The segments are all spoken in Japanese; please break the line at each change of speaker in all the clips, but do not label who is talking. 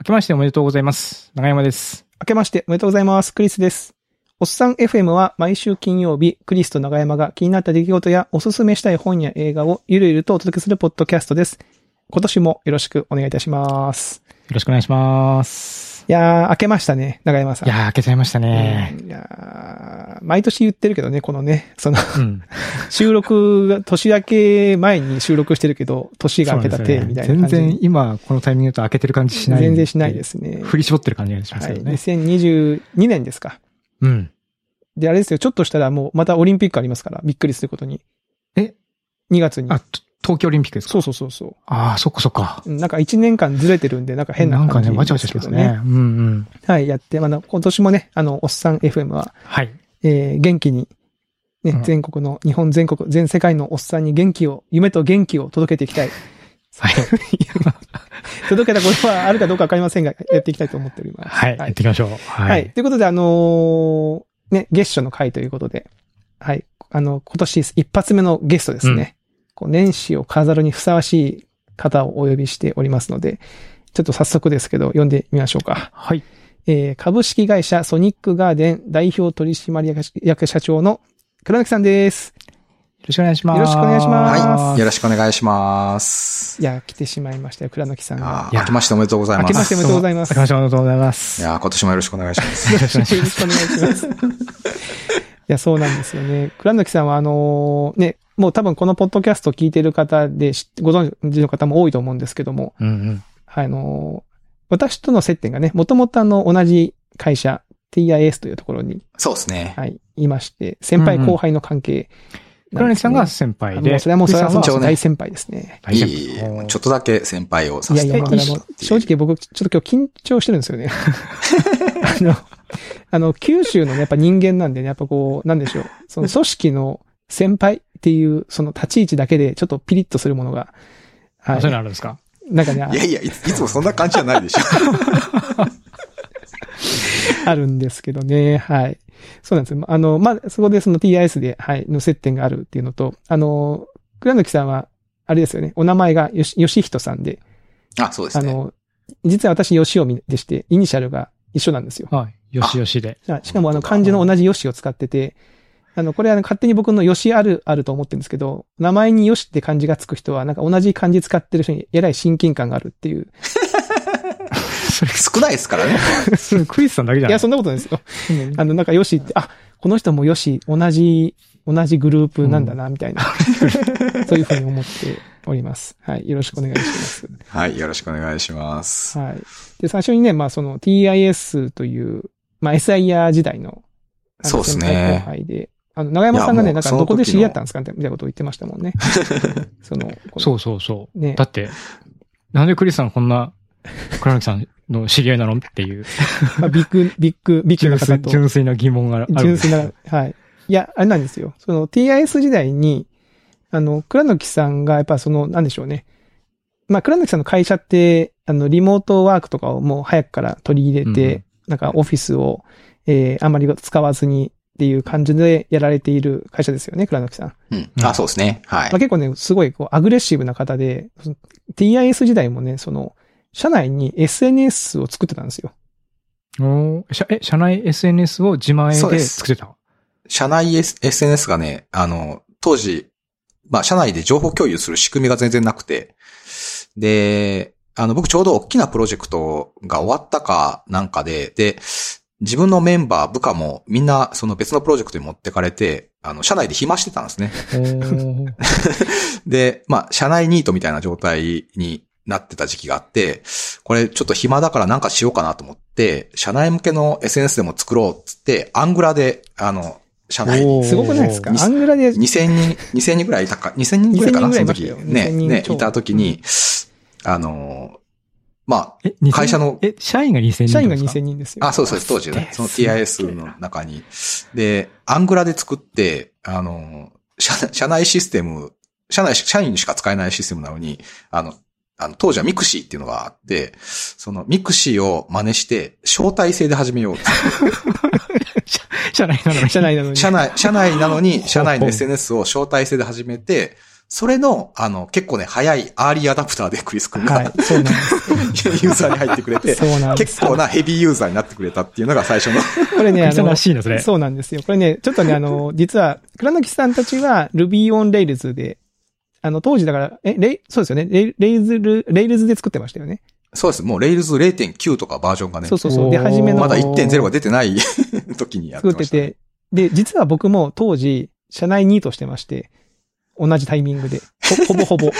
明けましておめでとうございます。長山です。
明けましておめでとうございます。クリスです。おっさん FM は毎週金曜日、クリスと長山が気になった出来事やおすすめしたい本や映画をゆるゆるとお届けするポッドキャストです。今年もよろしくお願いいたします。
よろしくお願いします。
いやー、明けましたね、長山さ
い
ん。
やー、開けちゃいましたね。
うんいやー毎年言ってるけどね、このね、その
うん。
収録が、年明け前に収録してるけど、年が明けたて、みたいな
全
感じ。
然今、このタイミングだと開けてる感じしない。
全然しないですね。
振り絞ってる感じがします
は
け
い。
どね。
2022年ですか。
うん。
で、あれですよ、ちょっとしたらもうまたオリンピックありますから、びっくりすることに。
え
?2 月に。
あ、と東京オリンピックですか
そうそうそうそ
ああ、そっかそっか。
う。うんなんか1年間ずれてるんで、なんか変な
なんか
感じ、
ね、わちゃわちゃしますね。。うんうん。
はい、やって、まだ今年もね、あの、おっさん FM は、
はい。
えー、元気に、ね、
うん
全国の、日本全国、全世界のおっさんに元気を、夢と元気を届けていきたい。
はい。
届けたことはあるかどうかわかりませんが、やっていきたいと思っております。
はい。や
は
って
い
い。きましょう。は
はい
い。
ということで、あのーね、月初の回ということで、はい。あの、今年一発目のゲストですね。こう年始を飾るにふさわしい方をお呼びしておりますので、ちょっと早速ですけど、読んでみましょうか。
はい。
えー株式会社ソニックガーデン代表取締役社長の黒木さんです。
よろしくお願いします。
よろしくお願いします
はい。よろ
し
しくお願いします。
いや、来てしまいましたよ、黒木さんが。
あ
い
ー
や
明けましておめでとうございます。
明けましておめでとうございます
明けましておめでとうございま
い
す。よ
やー、今年もよろしくお願いします。
ろしくお願いし
よ
ま
ろ
す。
しくお願いします。いや、そうなんですよね。倉貫さんは、あのーね、もう多分このポッドキャストを聞いてる方で知って、ご存知の方も多いと思うんですけども、
うんうん。
あのー私との接点がね、もともとあの、同じ会社、TIS というところに、
そうですね。
はい、いまして、先輩後輩の関係
黒根さんが
が
先輩
も
で
う、それはもう、それはもう
一応ね
大先輩ですね。
大
い
先
い、
輩
ちょっとだけ先輩をさ
いや
せ
い
て
や、
い
ま
た
あ
だ
だ
き
か
ま
らも
す
う正直僕、ちょっと今日緊張してるんですよ ね。あの、あの、九州のね、やっぱ人間なんでね、やっぱこう、なんでしょう。その組織の先輩っていう、その立ち位置だけで、ちょっとピリッとするものが、は
あそういうの
い。
あるんですか
なんか
いや
ね、
いや、いついつもそんな感じじゃないでしょ。
あるんですけどね、はい。そうなんですよ。あの、まあ、そこでその TIS で、はい、の接点があるっていうのと、あの、倉貫さんは、あれですよね、お名前がよし、よしひとさんで、
あ、そうです
あ
ね。
の、実は私、吉尾でして、イニシャルが一緒なんですよ。
はい。よしよしで。
あしかもあの
本当だ
漢字の同じよしを使ってて、あの、これはあの勝手に僕のよしあるあると思ってるんですけど、名前によしって漢字がつく人は、なんか同じ漢字使ってる人にえらい親近感があるっていう。
それ、
少ないですからね。
それクリスさんだけじゃな
い
い
や、そんなことない ですよ。
うん
あの、なんかよしって、あ、この人もよし、同じ、同じグループなんだな、みた いな、そういうふうに思っております。はい。よろしくお願いします。
はい、よろしくお願いします。
はい。で、最初にね、まあ、その TIS という、まあ、SIR 時代の、あの
そうっすね
先輩後輩で、あの、長山さんが
い
ね、
やも
なん
う
か
その
ど
時
こ
の
で知り合ったんですかみたいなことを言ってましたもん ね。その、この
そうそうそう。
ね
だって、なんでクリスさんこんな、倉木さんの知り合いなのっていう、
まあ、ビッグ、ビッグ、ビッグ
純
な方
粋、
と、
純粋な疑問がある。
純粋な、はい。いや、あれなんですよ。その TIS 時代に、あの、倉貫さんが、やっぱその、なんでしょうね。まあ、倉貫さんの会社って、あの、リモートワークとかをもう早くから取り入れて、
うん
なんかオフィスを、えー、あまり使わずにっていう感じでやられている会社ですよね、倉貫さん。
うん
う。ん
あ、そうですね。はい
まあ、。結構ね、すごいこうアグレッシブな方で、その TIS 時代もね、その、社内に SNS を作ってたんですよ。
おー社え、社内 SNS を自前
そう
で
です
作ってた。
社内 S- SNS がね、あの、当時、まあ、社内で情報共有する仕組みが全然なくて、で、あの、僕ちょうど大きなプロジェクトが終わったかなんかで、で、自分のメンバー、部下もみんなその別のプロジェクトに持ってかれて、あの、社内で暇してたんですね。
おー
で、まあ、社内ニートみたいな状態になってた時期があって、これちょっと暇だからなんかしようかなと思って、社内向けの SNS でも作ろうっつって、アングラで、あの、社内に
おー
すごくないですか
おー
アングラで
2000人、2000人ぐらいいたか、2000人ぐらいか
2000人ぐらい
な、その
ました
時
よ。
ね、
2000人
ね、
超
いた時に、あの、ま
え、2000
会社の
え、社員が2000人。
社員が2000。人ですよ。
あ、あ、そうそうです、当時ね、その TIS の中に。で、アングラで作って、あの、社社内システム、社内、社員しか使えないシステムなのに、あの、あの、当時はミクシーっていうのがあって、そのミクシーを真似して、招待制で始めようって
社内なのに。
社内なのに。
社内、社内なのに、社内
ほうほう
の SNS を招待制で始めて、それの、あの、結構ね、早いアーリーアダプターでクリス君が、
はい。そうなんです。
ユーザーに入ってくれ て、
そうなんです。
結構なヘビーユーザーになってくれたっていうのが最初の。
これね、あ
クリスさん
の
ら、しいな、それ。
そうなんですよ。これね、ちょっとね、あ の、実は、倉貫さんたちは Ruby on Rails で、あの、当時だから、え、レイ、そうですよね。レイレイズル、レイルズで作ってましたよね。
そうです。もう Rails 0.9とかバージョンがね
そう、そうそう。で、
おー
初めの。
まだ1.0が出てない時にやって
作っ
ま
て
したね、
て、で、実は僕も当時、社内ニートしてまして、同じタイミングで、ほほぼほぼ。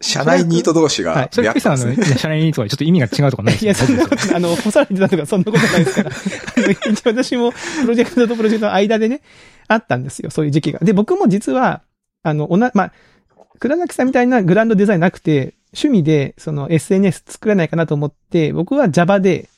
社内ニート同士
はい
が
それ、クリスさん
す
の
ね。
社内にとはちょっと意味が違うとかない
いや、
です
そ
か
んなこと、あの、干されてたとか、そんなことないですから。あの一応私も、プロジェクトとプロジェクトの間でね、あったんですよ、そういう時期が。で、僕も実は、あの、おな、まあ、倉崎さんみたいなグランドデザインなくて、趣味で、その SNS 作れないかなと思って、僕は Java で、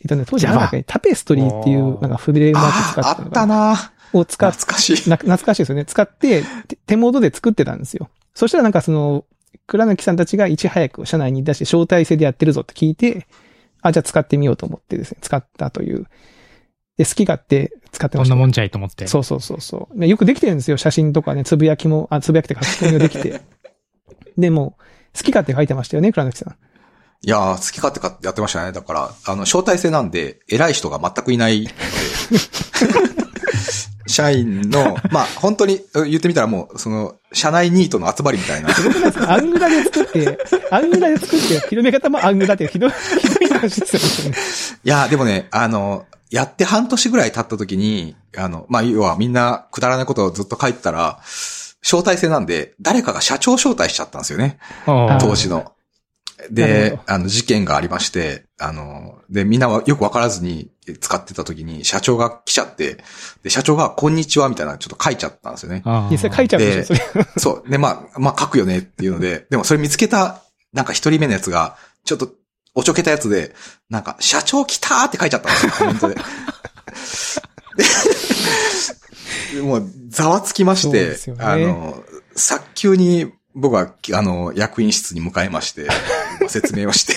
えっとね、当時なんだっけ、タペストリーっていう、なんかフレームワーク使ってたの
ああっ
か
た
な
な
を使っ
懐かしい。
な懐かしいですよね。使って、て手元で作ってたんですよ。そしたらなんかその、倉貫さんたちがいち早く社内に出して招待制でやってるぞって聞いて、あ、じゃあ使ってみようと思ってですね、使ったという。で、好き勝手使っ
こ
てま
ん
し
な
た。
もんじゃいと思って。
そうそうそうそう。ねよくできてるんですよ。写真とかね、つぶやきも、あ、つぶやきとか書き込みができて。 でも、好き勝手書いてましたよね、倉貫さん。
いやー、好き勝手かやってましたね。だから、あの、招待制なんで、偉い人が全くいないので社員の、まあ、本当に言ってみたらもう、その、社内ニートの集まりみたいな。
アングラで作って、アングラで作って、広め方もアングラっていうひどい、ひどい話ですよね。
いやー、でもね、あの、やって半年ぐらい経った時に、あの、まあ、要はみんなくだらないことをずっと書いてたら、招待制なんで、誰かが社長招待しちゃったんですよね。
ああ
当時の。
なる
で
ほ、
あの、事件がありまして、あの、で、みんなはよくわからずに使ってた時に、社長が来ちゃって、で、社長が、こんにちは、みたいな、ちょっと書いちゃったんですよね。
ああ
実際書いちゃうんでしょ、それ。
そう。で、まあ、まあ、書くよねっていうので、でもそれ見つけた、なんか一人目のやつが、ちょっと、おちょけたやつで、なんか、社長来たーって書いちゃったんですよ、コメントで。でもう、ざわつきまし
そうで
て
すよ、ね
あの、早急に僕は、あの、役員室に向かいまして、 説明をして。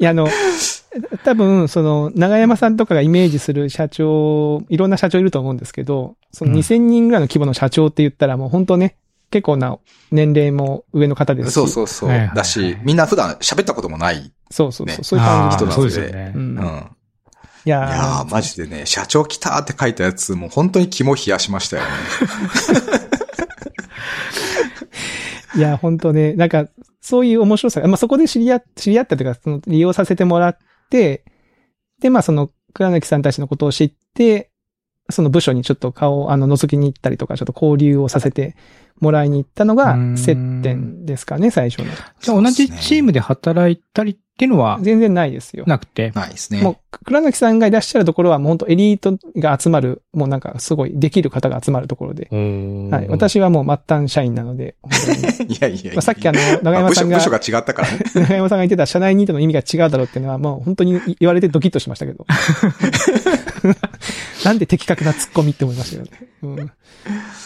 いや、あの、多分、その、長山さんとかがイメージする社長、いろんな社長いると思うんですけど、その
うん
2000人ぐらいの規模の社長って言ったらもう本当ね、結構な年齢も上の方ですし。
そうそうそう。
はいはいはい
だし、みんな普段喋ったこともない。
そうそうそう。
ね
そういう感じ
人
の
な
そ
ん
う
で
ですす
よ
よね
う。
うんん。い
い
や
やー
ー、マジでね、社長来たーって書いたやつ、もう本当に肝冷やしましたよね。
いや、本当ね、なんか、そういう面白さが、まあ、そこで知り合っ、知り合ったというか、その、利用させてもらって、で、まあ、その、倉貫さんたちのことを知って、その部署にちょっと顔を、あの、覗きに行ったりとか、ちょっと交流をさせてもらいに行ったの
う
が
ー、ん
接点ですかね、最初の。
じゃあ同じチームで働いたりっていうのは
全然ないですよ。
なくて。
ないですね。
もう、倉貫さんがいらっしゃるところは、もう本当エリートが集まる、もうなんか、すごい、できる方が集まるところで。は。。
はい
私はもう末端社員な ので、本当に
いやいやいや
まあさっきあの、長
あ
山
部
さ
署
んが
部、署が 違ったからね。
中山さんが言ってた社内ニートの意味が違うだろうっていうのは、もう本当に言われてドキッとしましたけ ど。なんで的確なツッコミって思いましたよね。 うんま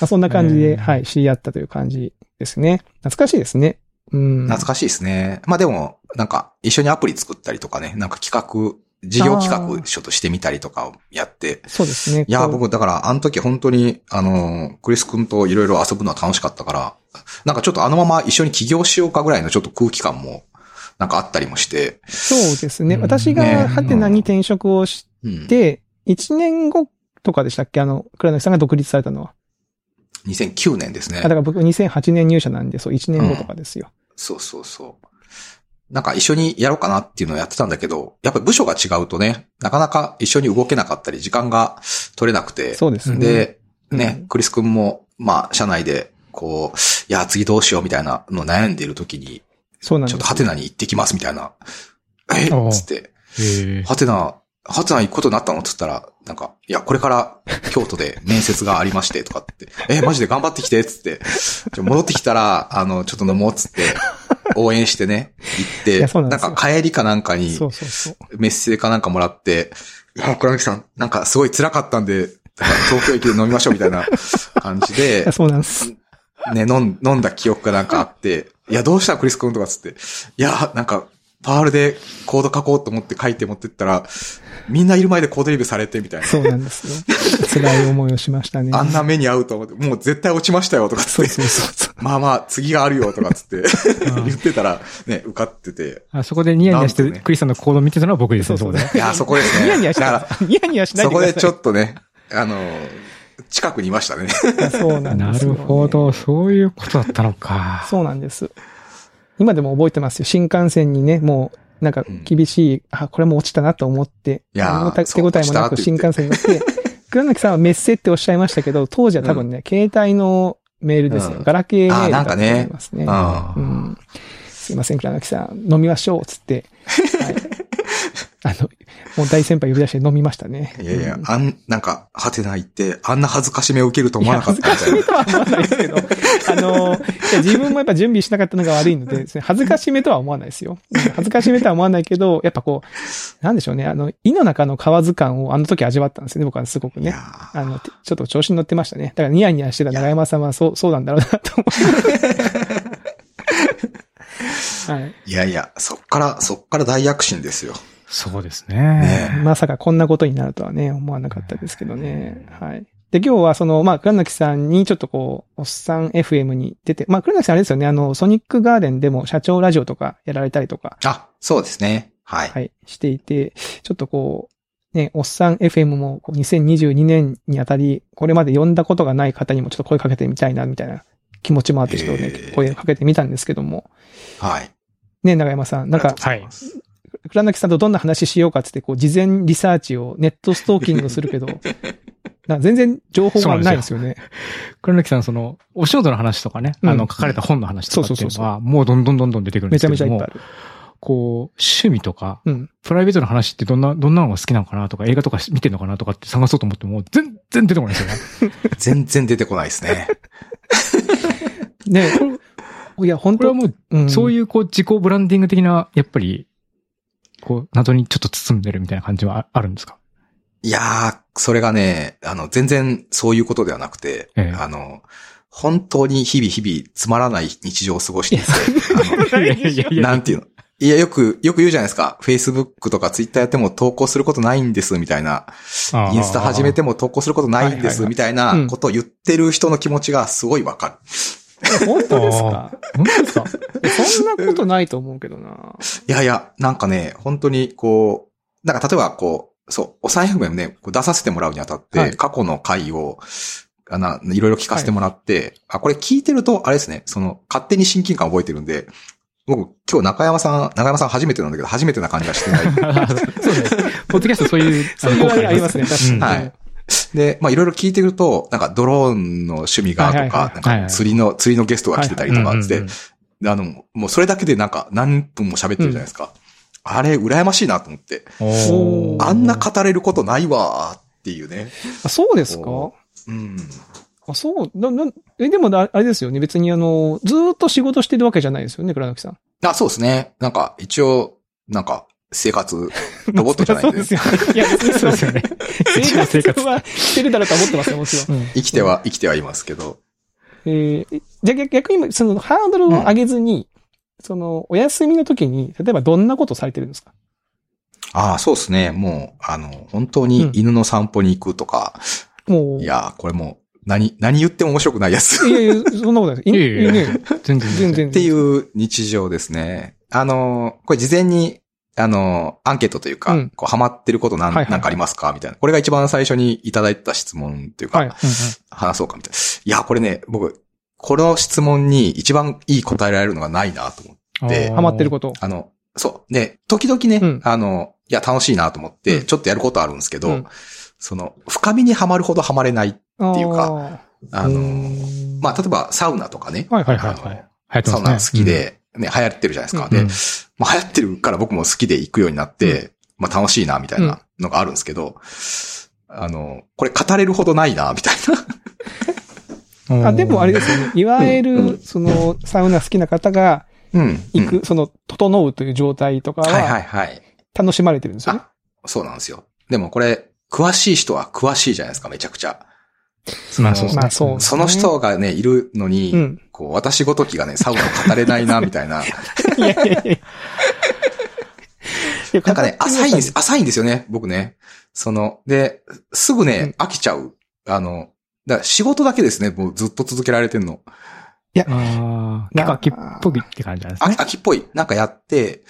あ、そんな感じ
えー
で、はい、知り合ったという感じですね。懐かしいですね。うん。
懐かしいですね。まあでも、なんか、一緒にアプリ作ったりとかね、なんか企画、事業企画ちょっとしてみたりとかをやって。
そうですね。
いやー、
こう
僕、だから、あの時本当に、あのー、クリス君といろいろ遊ぶのは楽しかったから、なんかちょっとあのまま一緒に起業しようかぐらいのちょっと空気感も、なんかあったりもして。
そうですね。
うん
私
ね
がハテナに転職をし
うん。
て、1年後とかでしたっけあの、倉貫さんが独立されたのは。
2009年ですね
あ、だ。から僕2008年入社なんで、そう、1年後とかですよ。
そうそうそう。なんか一緒にやろうかなっていうのをやってたんだけど、やっぱり部署が違うとね、なかなか一緒に動けなかったり、時間が取れなくて。
そうですね。
で、
うん
ね、クリス君も、まあ、社内で、こう、いや、次どうしようみたいなのを悩んでいる時に、
そうなんです
ち
よ
ょっとハテナに行ってきますみたいな。え
お
っ
う
つって、
へえ
ハテナ、ハテナ行くことになったのつったら、なんか、いや、これから京都で面接がありまして、とかって、え、マジで頑張ってきて、つって、じゃあ戻ってきたら、あの、ちょっと飲もう、つって、応援してね、
い
行
や
って、
そうなんで
なん
すよ
か帰りかなんかに、
そうそうそう。
メッセージかなんかもらって、いや、倉貫さん、なんかすごい辛かったんで、東京駅で飲みましょうみたいな感じ
い
で
や、そうなんです。
ね、飲ん飲んだ記憶かなんかあって、いや、どうしたクリス君とかっつって、いや、なんか、パールでコード書こうと思って書いて持ってったら、みんないる前でコードレビューされてみたいな。
そうなんですよ。 辛い思いをしましたね。
あんな目に遭うと思って、もう絶対落ちましたよとかつ
そ
っ
う
て、
そうそうそう。
まあまあ次があるよとかつって
うん
言ってたら、ね、受かってて。
あそこでニヤニヤし
なん
て
てね
クリスさんの行動を見てたのは僕です
そう
ね、そうこで。
そ
いや、そこですね。
ニヤニヤし
だか
た
ら。
ニヤニヤしない
そ
でく
こ
ださ
で
い。
ちょっとね、あの、近くにいましたね。
そうなん
な
ですよ、
るほ。ど、そういうことだったのか。
そうなんです。今でも覚えてますよ。新幹線にね、もう、なんか厳しい、あ、これもう落ちたなと思って、
いやー
何もた
そ
手
う
応えもなく
落ち
新
たな
幹線に乗っ て、倉貫さんはメッセっておっしゃいましたけど、当時は多分ね、携帯のメールですよ。
うん
ガラケーメールだ
あーなん
と
か
思
ね
いますね。
あ
う
うん
ん。すいません、倉貫さん、飲みましょう、つって。 はい。あの、もう大先輩呼び出して飲みましたね。
いやいや
うん、
あん、なんか、はてないって、あんな恥ずかしめを受けると思わなかったみたいな。
とは思わないですけど、あの、いや自分もやっぱ準備しなかったのが悪いの で、ですね恥ずかしめとは思わないですよ。恥ずかしめとは思わないけど、やっぱこう、なんでしょうね、あの、胃の中の皮図感をあの時味わったんですよね、僕はすごく
いや
ね。あの、てちょっと調子に乗ってましたね。だからニヤニヤしてた長山さんはそう、そうなんだろうなと思 って。はい。
いやいや、そっから、そっから大躍進ですよ。
そうです
ね
ね。
まさかこんなことになるとはね、思わなかったですけどね。はい。で、今日はその、まあ、倉貫さんにちょっとこう、おっさん FM に出て、まあ、倉貫さんあれですよね、あの、ソニックガーデンでも社長ラジオとかやられたりとか、
あ、そうですね。はい。
はい、していて、ちょっとこう、ね、おっさん FM もこう2022年にあたり、これまで呼んだことがない方にもちょっと声かけてみたいな、みたいな気持ちもあって、ちょっとね、
へー
声かけてみたんですけども、
はい。
ね、長山さん、なんか、
はい。
倉貫さんとどんな話しようかっつって、こう、事前リサーチをネットストーキングす るけど、なんか全然情報がないですよね。
黒貫さん、その、お仕事の話とかね、あ
う
の、
ん
書かれた本の話とかっていう
そうそう
のは、もうどんどんどんどん出てくるん
め
で
ちゃ
す
めちゃ
け
い
ど
っぱい
も
あ、る。
こう、趣味とか、
うん。
プライベートの話ってどんな、どんなのが好きなのかなとか、映画とか見てんのかなとかって探そうと思っても、全然出てこないん ですよね。
全然出てこないで すね。
ねいや、本
これは
当
もう、
うん、
そう
う。
いうこう、自己ブランディング的な、やっぱり、こう、謎にちょっと包んでるみたいな感じはああるんですか
いやー、それがね、あの、全然そういうことではなくて、
ええ
あの、本当に日々日々つまらない日常を過ごしていて、
いやいやいや
あ
い
の
や。
なんていうのいや、よく、よく言うじゃないですか。Facebook とか Twitter やっても投稿することないんです、みたいな。
あー
インスタ始めても投稿することないんで
はいはい
す、
はい
みたい
うん
なことを言ってる人の気持ちがすごいわかる。
本当ですか
本当ですか
えそんなことないと思うけどな。
いやいや、なんかね、本当にこう、なんか例えばこう、そう、お財布面ね、こう出させてもらうにあたって、
はい
過去の回を、あな、いろいろ聞かせてもらって、あ、これ聞いてると、あれですね、その、勝手に親近感覚えてるんで、僕、今日中山さん、中山さん初めてなんだけど、初めてな感じがしてない。
そうです。ポッドキャストそういう、
そういう
あの
ありますね、確かに。
うん
はいで、まあいろいろ聞いてると、なんかドローンの趣味がと
はいはいはい
か、
はい
なんか釣りの、釣りのゲストが来てたりとかっ
うん
て
うん、
あの、もうそれだけでなんか何分も喋ってるじゃないですか。あれ、羨ましいなと思って。
うん
おー
あんな語れることないわーっていうね。
あそうですか
おうん。
あ、そう。な、な、え、でもな、あれですよね。別にあの、ずーっと仕事してるわけじゃないですよね、倉貫 さん。
あ、そうですね。なんか、一応、なんか、生活、ロボットじゃない
そ
ん
うで
です
よね。いや、別に
そ
そうう
ですよね。一応
生
生
活
活
はしてるだろうとは思ってますよ、もちろん。
生きては、生きてはいますけど。
えーじゃあ逆に、そのハードルを上げずに、その、お休みの時に、例えばどんなことされてるんですか
ああ、そうですね。もう、あの、本当に犬の散歩に行くとか、
もう。
いやー、これもう、何、何言っても面白くないやつ。
いやいや、そんなことないです。い
いや
い
いやいや
ね。
全然全
全
然。
然。。
っていうう日常ですね。あの、これ事前に、あの、アンケートというか、
うん
こう、ハマってることなん,、
はいはい
なんかありますかみたいな。これが一番最初にいただいた質問というか、
はい。
話そうかみたいな。いや、これね、僕、この質問に一番いい答えられるのがないなと思って。で
ハマってること。
あの、そう。で、時々ね、
うん
あの、いや、楽しいなと思って、
うん
ちょっとやることあるんですけど、
うん
その、深みにはまるほどはまれない。
って
いうか
か、
あ
う
の、
ん
まあ、例えば、サウナとかね。
はいはい
はいはいと。
サウナ好き。で、ね、流行ってるじゃないですか。
うん
で
うん、
まあ、流行ってるから僕も好きで行くようになって、まあ、楽しいな、みたいなのがあるんですけど、あの、これ語れるほどないな、みたいな。
あ、でもあれ
で
ですよね。いわゆ
うんう
る、その、サウナ好きな方が
うん。
行
うん
く、その、整うという状態とか
はいは
は、
いはい。
楽しまれてるんですよね。
あ、そうなんですよ。でもこれ、詳しい人は詳しいじゃないですか、めちゃくちゃ。
まあそうですね。
まあそう
その人がね、いるのに、
うん。
こう、私ごときがね、サウナを語れないな、みたいな。
いやいやいやや
なんかね、
形
浅いん
には
です、浅いんですよね、僕ね。その、で、すぐね、飽きちゃう。あの、だから仕事だけですね、もうずっと続けられてんの。
ああ、
な
結構秋っぽいって感じなんです
あ
ね。
秋っぽい。なんかやって、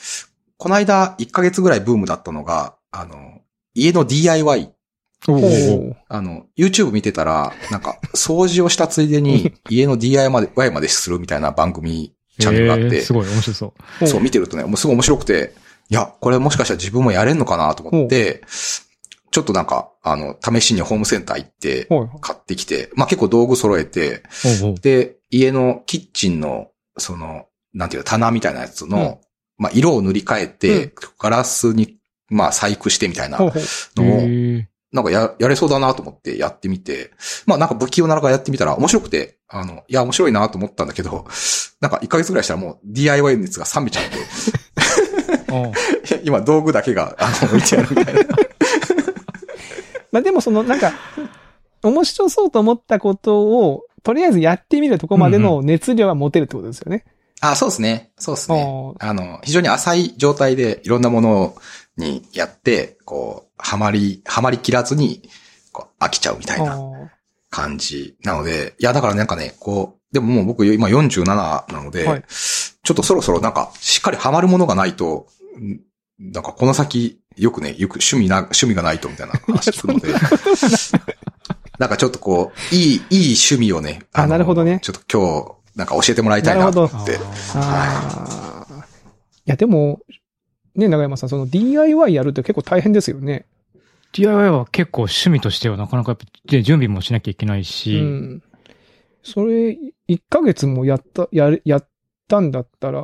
この間、1ヶ月ぐらいブームだったのが、あの、家の DIY。
お
お
ー
ー
あの、YouTube 見てたら、なんか、掃除をしたついでに、家の DIY まで Y までするみたいな番組、チャンネルがあって、
えーすごい面白そう。
お
そう見てるとね、もうすごい面白くて、いや、これもしかしたら自分もやれんのかなと思って、ちょっとなんか、あの、試しにホームセンター行って、
ほい
買ってきて、まあ結構道具揃えて、
おうおう
で、家のキッチンの、その、なんていうの棚みたいなやつの、まあ色を塗り替えて、
うん
ガラスに、まあ細工してみたいな
ほうほう
のを、
へ
なんかや、やれそうだなと思ってやってみて、まあなんか不器用な中やってみたら面白くて、あの、いや面白いなと思ったんだけど、 なんか1ヶ月ぐらいしたらもう DIY 熱が冷めちゃって、
ーおう
今道具だけが、あ の、置いてあるみたいな。
まあでもそのなんか、面白そうと思ったことを、とりあえずやってみるとこまでの熱量は持てるってことですよね。
あ、そうですね。そうですね。
あー
あの、非常に浅い状態でいろんなものにやって、こう、はまり、はまりきらずに、こう、飽きちゃうみたいな
あ
感じなので、いや、だからなんかね、こう、でももう僕今47なので、
はい
ちょっとそろそろなんか、しっかりはまるものがないと、んなんかこの先、よくね、よく趣味な、趣味がないとみたいな話聞くので、なんかちょっとこう、いい、いい趣味をね、
あ
の
なるほどね
ちょっと今日、なんか教えてもらいたいなと思って。
あ
あー。いやでも、ね、長山さん、その DIY やるって結構大変ですよね。
ー DIY は結構趣味としてはなかなかやっぱで準備もしなきゃいけないうし、うん。
ん。それ、1ヶ月もやった、やる、やったんだったら、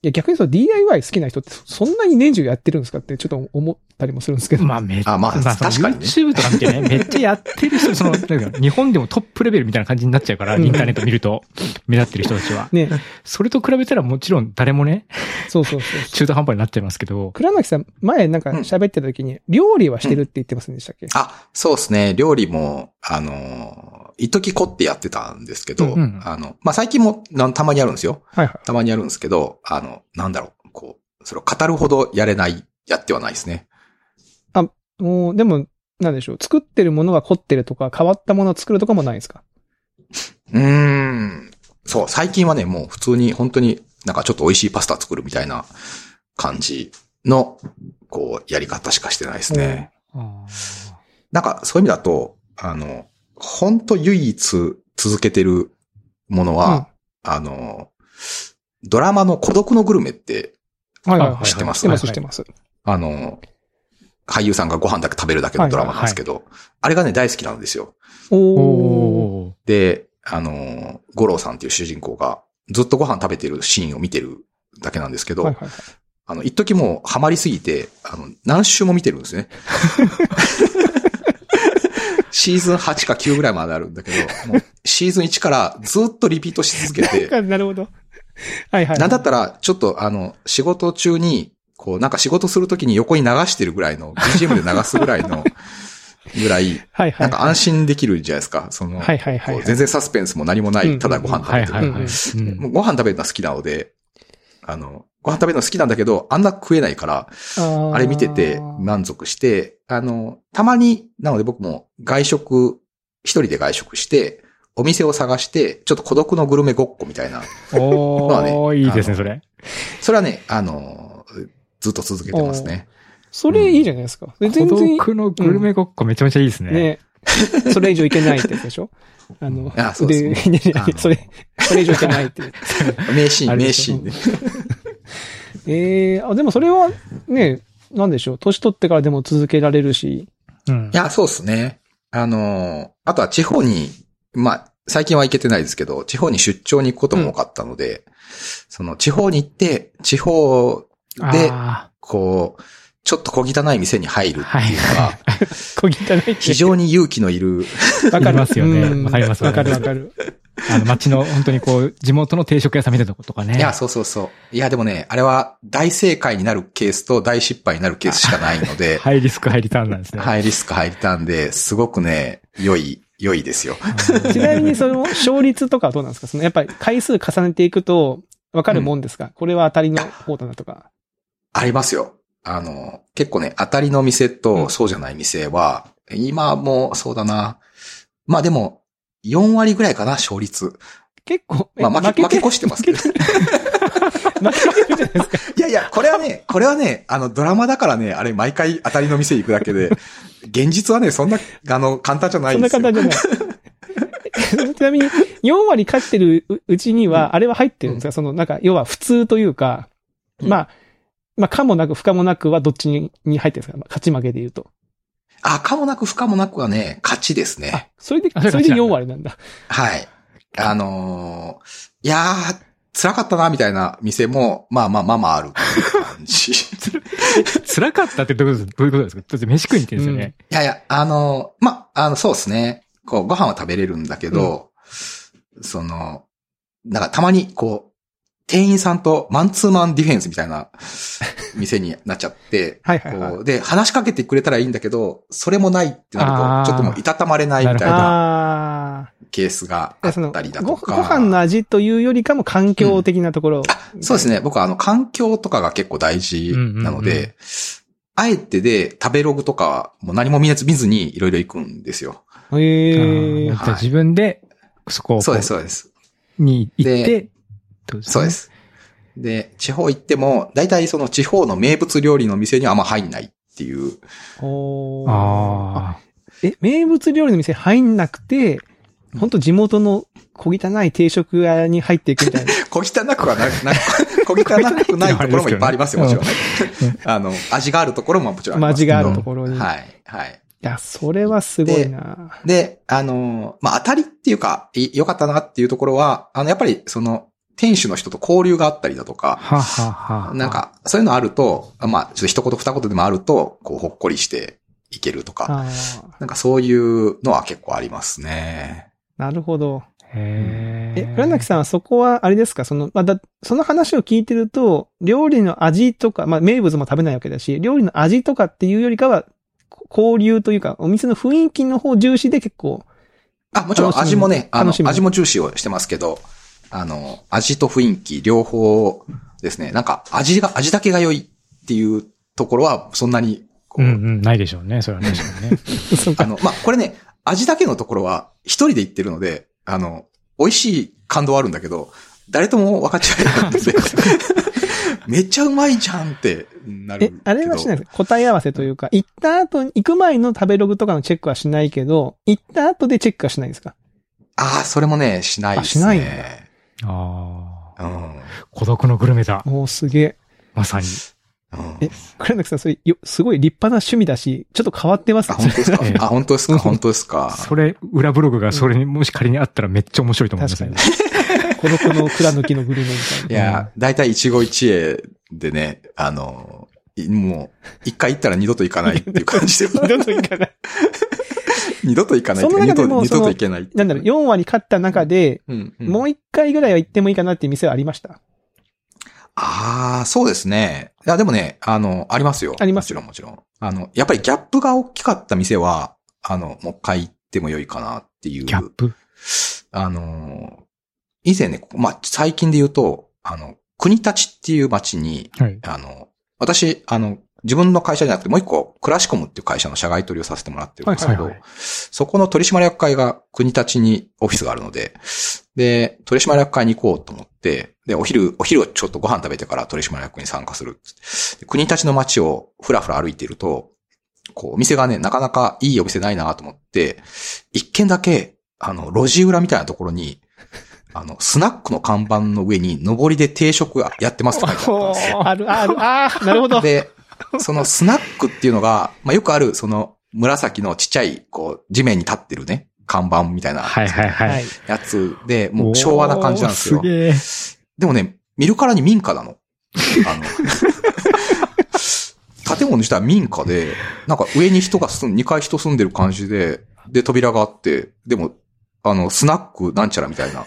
いや逆にその DIY 好きな人ってそんなに年中やってるんですかってちょっと思ったりもするんですけど。
まあめっ
あまあ
その
確かにね
YouTube とか見てね、めっちゃやってる人、その、なんか日本でもトップレベルみたいな感じになっちゃうから、
うん
インターネット見ると、目立ってる人たちは。
ね、
それと比べたらもちろん誰もね、
そうそうそう。
中途半端になっちゃいますけど、
倉巻さん、前なんか喋ってた時に、料理はしてるって言ってませんでしたっけ、
あ、そうですね。料理も、あの、一時凝ってやってたんですけど、
うんうん
あの、まあ、最近もなんたまにあるんですよ。
はいは
たまにあるんですけど、あの、なんだろう、こう、それを語るほどやれない、やってはないですね。
い。もう、でも、なんでしょう。作ってるものが凝ってるとか、変わったものを作るとかもないんですか
うーん。そう、最近はね、もう普通に本当になんかちょっと美味しいパスタ作るみたいな感じの、こう、やり方しかしてないですね。
うん
あ
なんか、そういう意味だと、あの、本当唯一続けてるものは、あの、ドラマの孤独のグルメって、
は
はいはい
知ってます
知ってま
は
す、知
い
ってます。
あの、俳優さんがご飯だけ食べるだけのドラマなんですけど、あれがね、大好きなんですよ。
ー
おー。
おー
で、あの、五郎さんっていう主人公が、ずっとご飯食べてるシーンを見てるだけなんですけど、
はいはいはい
あの、一時もうハマりすぎて、あの、何週も見てるんで すね。シーズン8か9ぐらいまであるんだけど、もうシーズン1からずっとリピートし続けて、
あなるほど。 はいはい。
なんだったら、ちょっとあの、仕事中に、こう、なんか仕事するときに横に流してるぐらいの、BGM で流すぐらいの、ぐらい、
はいは
な
い。
んか安心できるじゃないですか。その、
はいはいはい
こ
は
う
い。
全然サスペンスも何もな
うん
い、ただご飯食
は
べ
い
て
は
る
いはい。うん
もうご飯食べるのは好きなので、あの、ご飯食べるの好きなんだけど、あんな食えないから、
あー
あれ見てて満足して、あの、たまに、なので僕も外食、一人で外食して、お店を探して、ちょっと孤独のグルメごっこみたいな。
お
まあ
ー、
ね
いいですね、それ。
それはね、あの、ずっと続けてますね。
それいいじゃないですか。で
孤
全然いい。
独のグルメごっこめちゃめちゃいいですね。
ね。それ以上いけないってやつでしょあの、
あそうです
腕
ね
いやいやい
あ
や
の
それ、それ以上いけないっていう。
名シー
あ
ン、
れ
名
で
シ
し
ー
ょ
ンで。
ええあ、でもそれはね、なんでしょう。年取ってからでも続けられるし。
うん
い。や、そうですね。あの、あとは地方に、まあ、最近は行けてないですけど、地方に出張に行くことも多かったので、その地方に行って、地方で、
あ
こう、ちょっと小汚い店に入る
ー
って
はいいう
の
は
は、
い。
小汚いって。
非常に勇気のいる、
わ
いますよね
うん
わかります
わかるわかる。
あの、街の、本当にこう、地元の定食屋さんみたいなとこと かね。
いや、そうそうそう。いや、でもね、あれは大正解になるケースと大失敗になるケースしかないの で、
ハイリスク、ハイリターンなんですね。
ハイリスク入ったんで、すごくね、良い、良いですよ。
あー
ちなみにその勝率とかはどうなんですかそのやっぱり回数重ねていくとわかるもんですか、これは当たりの方だなとか。
ありますよ。あの、結構ね、当たりの店とそうじゃない店は、今もそうだな。まあでも、4割ぐらいかな、勝率。
結構、え
まあ負け、負け
て
越してますけ ど。
負けてるじゃないですか。
いやいや、これはね、これはね、あの、ドラマだからね、あれ、毎回当たりの店行くだけで、現実はね、そんな、あの、簡単じゃない
そん
んで
な
すよ。
簡単じゃ ない。ちなみに、4割勝ってるううちには、あれは入ってるんですか、その、なんか、要は普通というか、
うん
まあ、まあ、かもなく不可もなくはどっちにに入ってるんですか、まあ勝ち負けで言うと。
あ、かもなく不可もなくはね、勝ちです
あ
ね。、
それで、
あそれ
それで
勝ちなんだ
4割なんだ。
はい。あのーいやー、辛かったな、みたいな店も、まあまあまあまああるっていう感じ。い
辛かったってどういうことですどういうことですかだって飯食いに行ってるんですよね。
やいや、あのーまあ、あの、そうですね。こう、ご飯は食べれるんだけど、その、なんかたまに、こう、店員さんとマンツーマンディフェンスみたいな店になっちゃって、
はいはいはい
こ。うで、話しかけてくれたらいいんだけど、それもないってな
あ
る
ー
と、ちょっともういたたまれないみたいな
あ
ケースが
あ。
あっ
その
たりだ
ご
とか。
ご飯の味というよりかも環境的なところ、
そうですね。僕はあの、環境とかが結構大事なので、
うんうんうん
あえてで、食べログとかも何も見ず見ずにいろいろ行くんですよ。
へ
あー
ー
じゃあ自分で、そこをこう
そうです、そうです。
に行っ
で
て、ど
そうで。す。で、地方行っても、大体その地方の名物料理の店にはあんま入んないっていう。
おーあ
ああ。
え、名物料理の店入んなくて、ほんと地元の小汚い定食屋に入っていくみたいな。
小汚く はな、な小汚くないところもいっぱいありますよ、もちろんね。あの、味があるところももちろんありますけど。
味があるところに
はい、はい。
いや、それはすごいな。
で、あのーまあ、当たりっていうか、い良かったなっていうところは、あの、やっぱり、その、店主の人と交流があったりだとか、
はあはあはあ。
なん、か、そういうのあると、まあ、ちょっと一言二言でもあると、こう、ほっこりしていけるとか、
あー
なんかそういうのは結構ありますね。
なるほど。
へ
え、倉崎さ
ん。
んはそこは、あれですかその、まあだ、その話を聞いてると、料理の味とか、まあ、名物も食べないわけだし、料理の味とかっていうよりかは、こ交流というか、お店の雰囲気の方重視で結構、
あ、もちろん
楽しみ
味もね、あの
楽し、み
味も重視をしてますけど、あの、味と雰囲気両方ですね。なんか、味が、味だけが良いっていうところは、そんなに、こ
う
うん
うん、ないでしょうね。それはないでしょうね。
そう
あ
か、
の、まあ、これね、味だけのところは、一人で行ってるので、あの、美味しい感動はあるんだけど、誰とも分かっちゃえないので、 めっちゃうまいじゃんってなる
え
けど。、
あれはしない
い
です答え合わせというか、行った後、行く前の食べログとかのチェックはしないけど、行った後でチェックはしないんですか
ああ、それもね、しないですね。
あしないん
ああ。
うん。
孤独のグルメだ。
おー、すげえ。
まさに。
うん
え、倉崎さん、それ、よ、すごい立派な趣味だし、ちょっと変わってます
あ、本 当ですか
ええ
あ、本当ですか本当ですか
それ、裏ブログがそれにもし仮にあったらめっちゃ面白いと思いま
確
す
か
ね
に。。孤独の蔵抜きのグルメみたい
い
な。
や、だいたい一期一会でね、あの、いもう、一回行ったら二度と行かないっていう感 じで、
二度と行かない。
二度と行かないっていうか二
その中で
度
も
二
そ
度
の
と行けないってい。
なんだろう、4割勝った中で、
うん、うん
もう一回ぐらいは行ってもいいかなっていう店はありました。
ああ、そうですね。いや、でもね、あの、ありますよ。
あります
もちろん、もちろん。あの、やっぱりギャップが大きかった店は、あの、もう一回行っても良いかなっていう。
ギャップ。
あの、以前ね、ここまあ、最近で言うと、あの、国立っていう町に、
はい。
あの、私、あの、自分の会社じゃなくて、もう一個、クラシコムっていう会社の社外取りをさせてもらってるんですけど、
はいはいは
そこの取締役会が国立にオフィスがあるので、で、取締役会に行こうと思って、で、お昼、お昼をちょっとご飯食べてから取締役に参加するっつって。で国立の街をふらふら歩いていると、こう、お店がね、なかなかいいお店ないなと思って、一軒だけ、あの、路地裏みたいなところに、あの、スナックの看板の上に、上りで定食やってますって書いてあったんですよ。
ある、ある、ああ、なるほど。
で、そのスナックっていうのが、まあ、よくある、その、紫のちっちゃい、こう、地面に立ってるね、看板みたいな
はいはいは
はいい。。
やつで、もう昭和な感じなんですよ
おー。げえ。
でもね、見るからに民家なの。あの、建物自体は民家で、なんか上に人が住ん、2階人住んでる感じで、で、扉があって、でも、あの、スナックなんちゃらみたいな、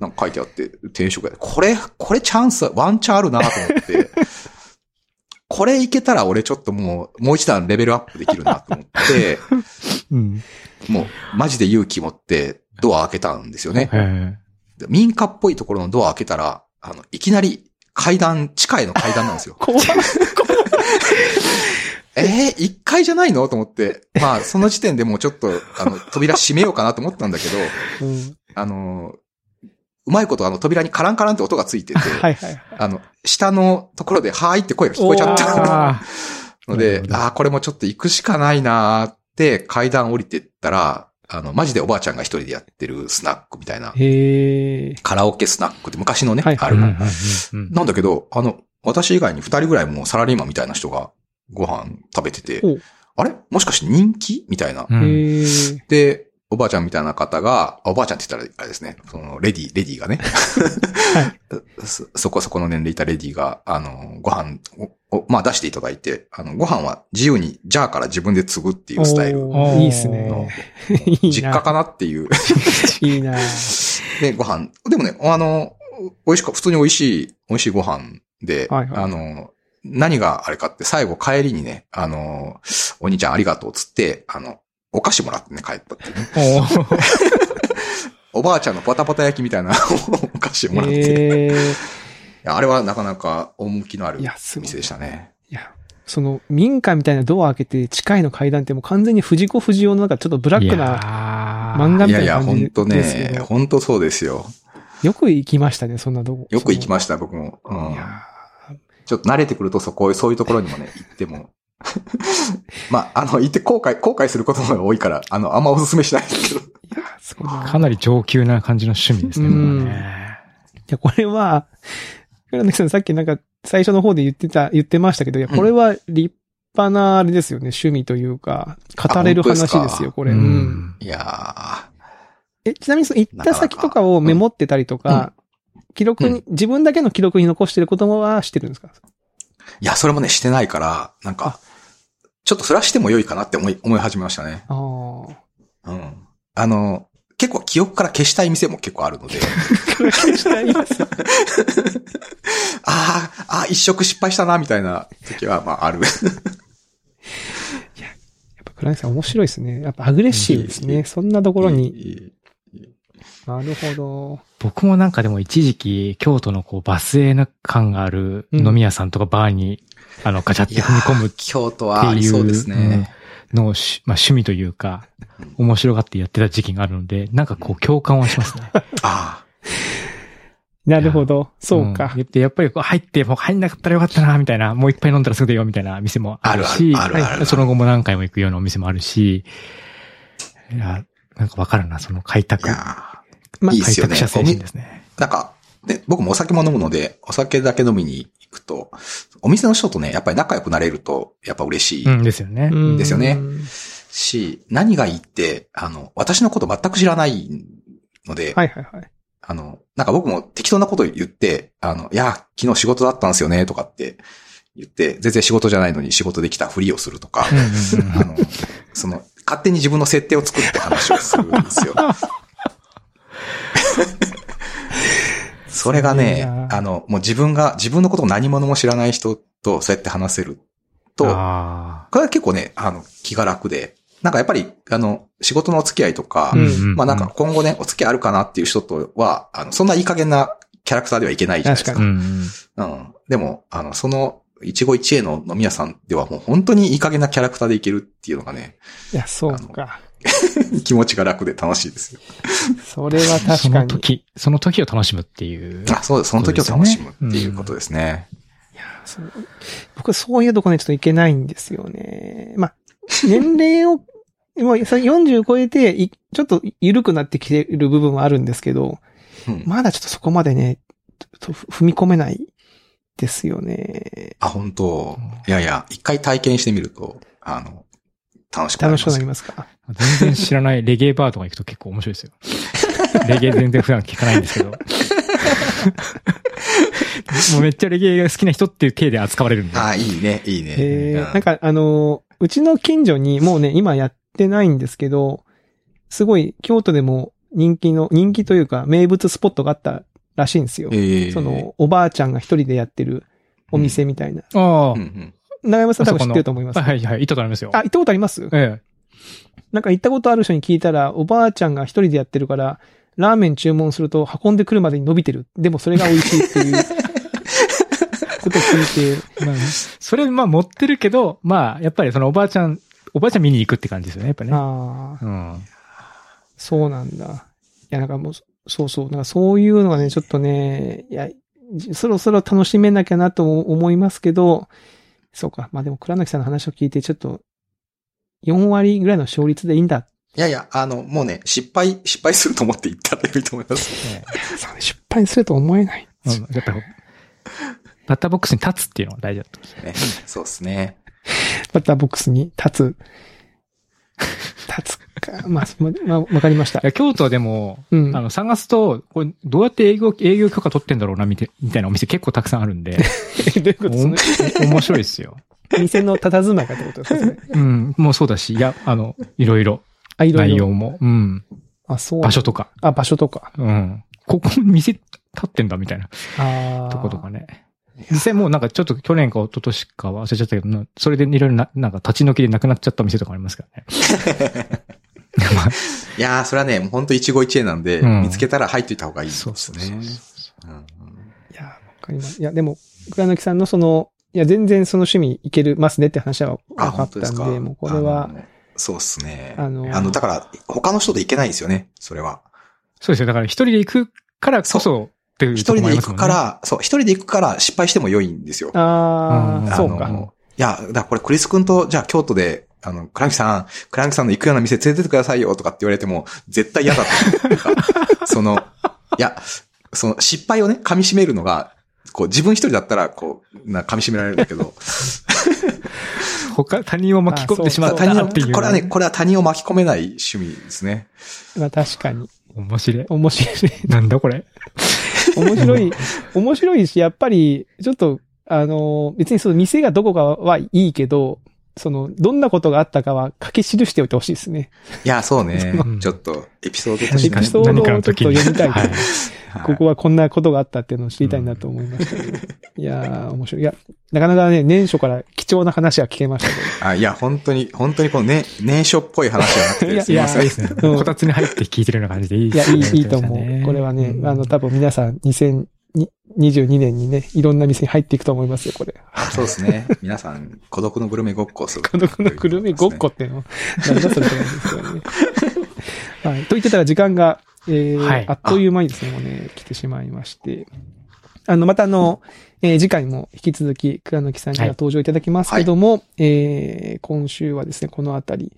なんか書いてあって、定食屋で。これ、これチャンス、ワンチャンあるなと思って、これいけたら俺ちょっともう、もう一段レベルアップできるなと思って、
うん。
もう、マジで勇気持って、ドア開けたんですよね。
え
で民家っぽいところのド
。
ア開けたら、あの、いきなり階段、地下への階段なんですよ
怖い。怖い
解じゃないのと思って、まあ、その時点でもうちょっと、あの、扉閉めようかなと思ったん だけど、
うん
あの、うまいことあの、扉にカランカランって音がついて て、
はいはいはい。
あの、下のところで、はーいって声が聞こえちゃ った
あー
の
なる
で
ほ、ど
ああ、これもちょっと行くしかないなーって、階段降りてったら、あの、マジでおばあちゃんが一人でやってるスナックみたいな、
へえ。
カラオケスナックって昔のね、
はいはい
あ
う
る
んうん
の
うんうん
なんだけど、あの、私以外に二人ぐらいもうサラリーマンみたいな人がご飯食べてて
お、
あれもしかして人気みたいな。
うん
へえ。
で、おばあちゃんみたいな方が、あおばあちゃんって言ったらあれですね、そのレディ、レディがね、 そそこそこの年齢いたレディが、あの、ご飯を、をまあ出していただいて、あの、ご飯は自由にジャーから自分で継ぐっていうスタイルの、
おーいいっすね。いい
実家
な。
かなっていう。
い いな。
で、ご飯。でもね、あの、美味しく、普通に美味しい、美味しいご飯で、
はいはい
あの、何があれかって、最後帰りにね、あの、お兄ちゃんありがとうっつって、あの、お菓子もらってね、帰ったっていう
お
ね。
ー
おばあちゃんのパタパタ焼きみたいな お菓子をもらって、い
ええ。
やあれはなかなか趣のある
いや、すごい。
店でしたね。
いや、その民家みたいなドア開けて近いの階段ってもう完全に藤子不二雄のなんかちょっとブラックな、
な
漫画
い
みた
や
い
い
な
や、
感じ
本当
ですけど
ね、本当そうですよ。
よく行きましたね、そんなとこ。
よく行き
ま
ました、僕も。う
い
ん
や
ちょっと慣れてくると、そこ、そういうところにも ね、行っても。まあ、あの、行って後悔、後悔することも多いから、あの、あんまお勧めしないですけ
ー
ど。
いやー、すごいな。
かなり上級な感じの趣味ですね、
うん
もうね
いや、これは、倉崎さんさっきなんか最初の方で言ってた、言ってましたけど、いや、これは立派なあれですよね、趣味というか、語れる
あ本当です
話で
か
すよ、こ
こ
れ。うん
いや
え、ちなみにその行った先とかをメモってたりとか、
なかな
記録に、自分だけの記録に残してることはしてるんですか
ー。いや、それもね、してないから、なんか、ちょっとそれはしても良いかなって思い、思い始めましたね。
あ あ。
うん。あの、結構記憶から消したい店も結構あるの で、
したいです。
ああ、ああ、一食失敗したな、みたいな時は、まあ、ある。
やっぱ倉西さん面白いですね。やっぱアグレッシブです
いいい
ね。
い
そんなところ に。
に。
なるほど。
僕もなんかでも一時期、京都のこうバスエな感がある飲み屋さんとかバーに、あの、ガチャっ
い
て
や
踏み込む
ー、京都はありそうですね。
のをし、まあ、趣味というか、面白がってやってた時期があるので、なんかこう共感はしますね。
ああ。
なるほど。そうか。
んでやっぱりこう入って、もう入んなかったらよかったな、みたいな、もう一杯飲んだらすぐだよ、みたいな店もあるし、
あるあるあるある
はいその後も何回も行くようなお店もあるし、いや、なんかわかるな、その開
い
拓、
や
開
ー
まあ
いいっすよね
拓者精神ですね。
なんか、ね、僕もお酒も飲むので、お酒だけ飲みに行くと、お店の人とね、やっぱり仲良くなれると、やっぱ嬉し
う
い
ん、ですよね。
うん
ですよねし、何がいいって、あの、私のこと全く知らないので、
はいはいはい。
あの、なんか僕も適当なこと言って、あの、いや、昨日仕事だったんですよね、とかって言って、全然仕事じゃないのに仕事できたふりをするとか、
うんうんうん
あの、その、勝手に自分の設定を作って話をするんですよ。 それが
いい
ね
な、
あの、もう自分が、自分のことを何者も知らない人とそうやって話せると、
あ
これは結構ね、あの、気が楽で、なんかやっぱり、あの、仕事のお付き合いとか、
ー
うん
まあなんか、今後ね、お付き合いあるかなっていう人とは、あの、そんないい加減なキャラクターではいけないじゃないです
う
か。
んうん
うん。でも、あの、その、一期一会の飲み屋さんではもう本当にいい加減なキャラクターでいけるっていうのがね、
いや、そうか。
気持ちが楽で楽しいですよ。
それは
そ
確か
の
に。
時、その時を楽しむっていう。
あ、そうです。その時を楽しむっていうことですね。
そう僕はそういうとこね、ちょっといけないんですよね。 まあ、年齢を、もうさ40超えてい、ちょっと緩くなってきてる部分はあるんですけど、
うん
まだちょっとそこまでね、ちょっと踏み込めないですよね。
あ、本当
うん
いやいや、一回体験してみると、あの、楽しくな
楽
りま
しくな
す
り。ますか
全然知らないレゲエバーとか行くと結構面白い ですよ。レゲエ全然普段聞かないんですけど。もうめっちゃレゲエが好きな人っていう体で扱われるんで。
あ、いいね、いいね。
え
うん
ーなんかあのー、うちの近所にもうね、今やってないんですけど、すごい京都でも人気の、人気というか名物スポットがあったらしいんですよ
え。ー
そ、の、おばあちゃんが一人でやってるお店みたいな。
ああ、
うんうん。
長山さん多分知ってると思います。
はい
あ、
はいはい、行ったと思いますよ。
行ったことあります
え
なんか行ったことある人に聞いたら、おばあちゃんが一人でやってるから、ラーメン注文すると運んでくるまでに伸びてる。でもそれが美味しいっていう ことを聞いて、
え。まあねそれ、まあ持ってるけど、まあ、やっぱりそのおばあちゃんおばあちゃん見に行くって感じですよね、やっぱね。
ああ、
うん。
そうなんだ。いや、なんかもう、そうそう。なんかそういうのがね、ちょっとね、いや、じそろそろ楽しめなきゃなとも思いますけど、そうか。まあでも、倉貫さんの話を聞いて、ちょっと、4割ぐらいの勝率でいいんだ。
いやいや、あの、もうね、失敗、失敗すると思って行ったらいいと思います。
そうね失敗すると思えない。
うんやっぱり、バッターボックスに立つっていうのが大事だった。
ね、そうですね。
バッターボックスに 立つ。立つか。まあ、ままあ、わかりました
い。や、京都はでも、
うん
あ。の、探すと、これ、どうやって営業、営業許可取ってんだろうな、みたいみたいなお店結構たくさんあるんで、
えどういうこと
お
です
も面白いですよ。
店の佇まいかってことですかそれ
うん、もうそうだし、いや、あの、いろいろ、
あ、いろ
内
い
容
ろ。
も、うん、
あ、そう。
場所。とか、
あ、場所とか。
うん、ここ店立ってんだ、みたいな
ああ。
とことかね。実際もうなんかちょっと去年か一昨年かは忘れちゃったけど、なそれでいろいろな、なんか立ち退きでなくなっちゃった店とかありますからね。
いやー、それはね、もうほんと一期一会なんで、
うん
見つけたら入っといた方がいいです
そ
ね。
うそうそうそう。
うんうん
いや、わかります。いや、でも、倉貫さんのその、いや、全然その趣味いけるますねって話は分
あ、
か
本
った
当
ん
です
で、
か。
もうこれは
あ、の。そうですね。
あ
あ
の
の、だから、他の人と行けないですよね、それは。
そうですよ。だから一人で行くからこそ、っていう
一
とこ
人
もあ
で
りま
行
すもん
く
ね
から、そう、一人で行くから失敗しても良いんですよ。
あ
うん
あ、
あ
そう
の
か。
いや、だからこれクリス君と、じゃあ京都で、あの、クランキさん、クランキさんの行くような店連れてってくださいよとかって言われても、絶対嫌だと。 その、いや、その失敗をね、噛み締めるのが、こう自分一人だったら、こう、な噛み締められるんだけど、
他、他人を巻き込んでしま
あ
っ
他人
た
を
っていう。
これはね、これは他人を巻き込めない趣味ですね。
まあ確かに。
面白い。
面白い。
なんだこれ。
面白い。面白いし、やっぱり、ちょっと、あの、別にその店がどこかはいいけど、その、どんなことがあったかは書き記しておいてほしいですね。
いや、そうね
うん。
ちょっと、エピソードと
何
して
か
エ
ね
ピソード
何かの時に。
ちょっと読みたい
はい
はい
ここはこんなことがあったっていうのを知りたいなと思いましたけど。いやー、面白い。いや、なかなかね、年初から貴重な話は聞けましたけど。
あいや、本当に、本当にこのね、年初っぽい話じゃなく
いや
て、すいません。
いうん
こたつに入って聞いてるような感じでいい
いや、
で
い
すね
い、いいと思う。これはね、あの、、多分皆さん2022年にね、いろんな店に入っていくと思いますよ、これ。
そうですね。皆さん、孤独のグルメごっこをする。
孤独のくるみごっこっていうの。何だそれって感じですよね。はい。と言ってたら時間が、えー
はい
あっという間にですね、もうね、来てしまいまして。あの、またあの、えー次回も引き続き、倉貫さんに
は
は
い
登場いただきますけども、えー今週はですね、このあたり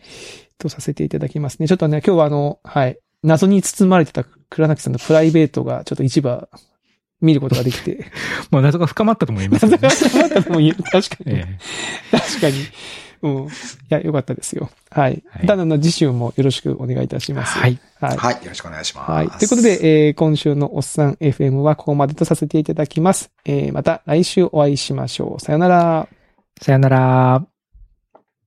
とさせていただきますね。ちょっとね、今日はあの、はい、謎に包まれてた倉貫さんのプライベートがちょっと一番見ることができ て、
もう謎が深まったと思います
謎
けど
が
ね。
集まったとも言える。確かに。
え
確かに。うん。いや、よかったですよ。はい。
はい
ただの次週もよろしくお願いいたし
え
ます。
は。い。
はい。
はい、よろしくお願いします。
はい。ということで、えー今週のおっさん FM はここまでとさせていただきます。えーまた来週お会いしましょう。さよなら。
さよなら。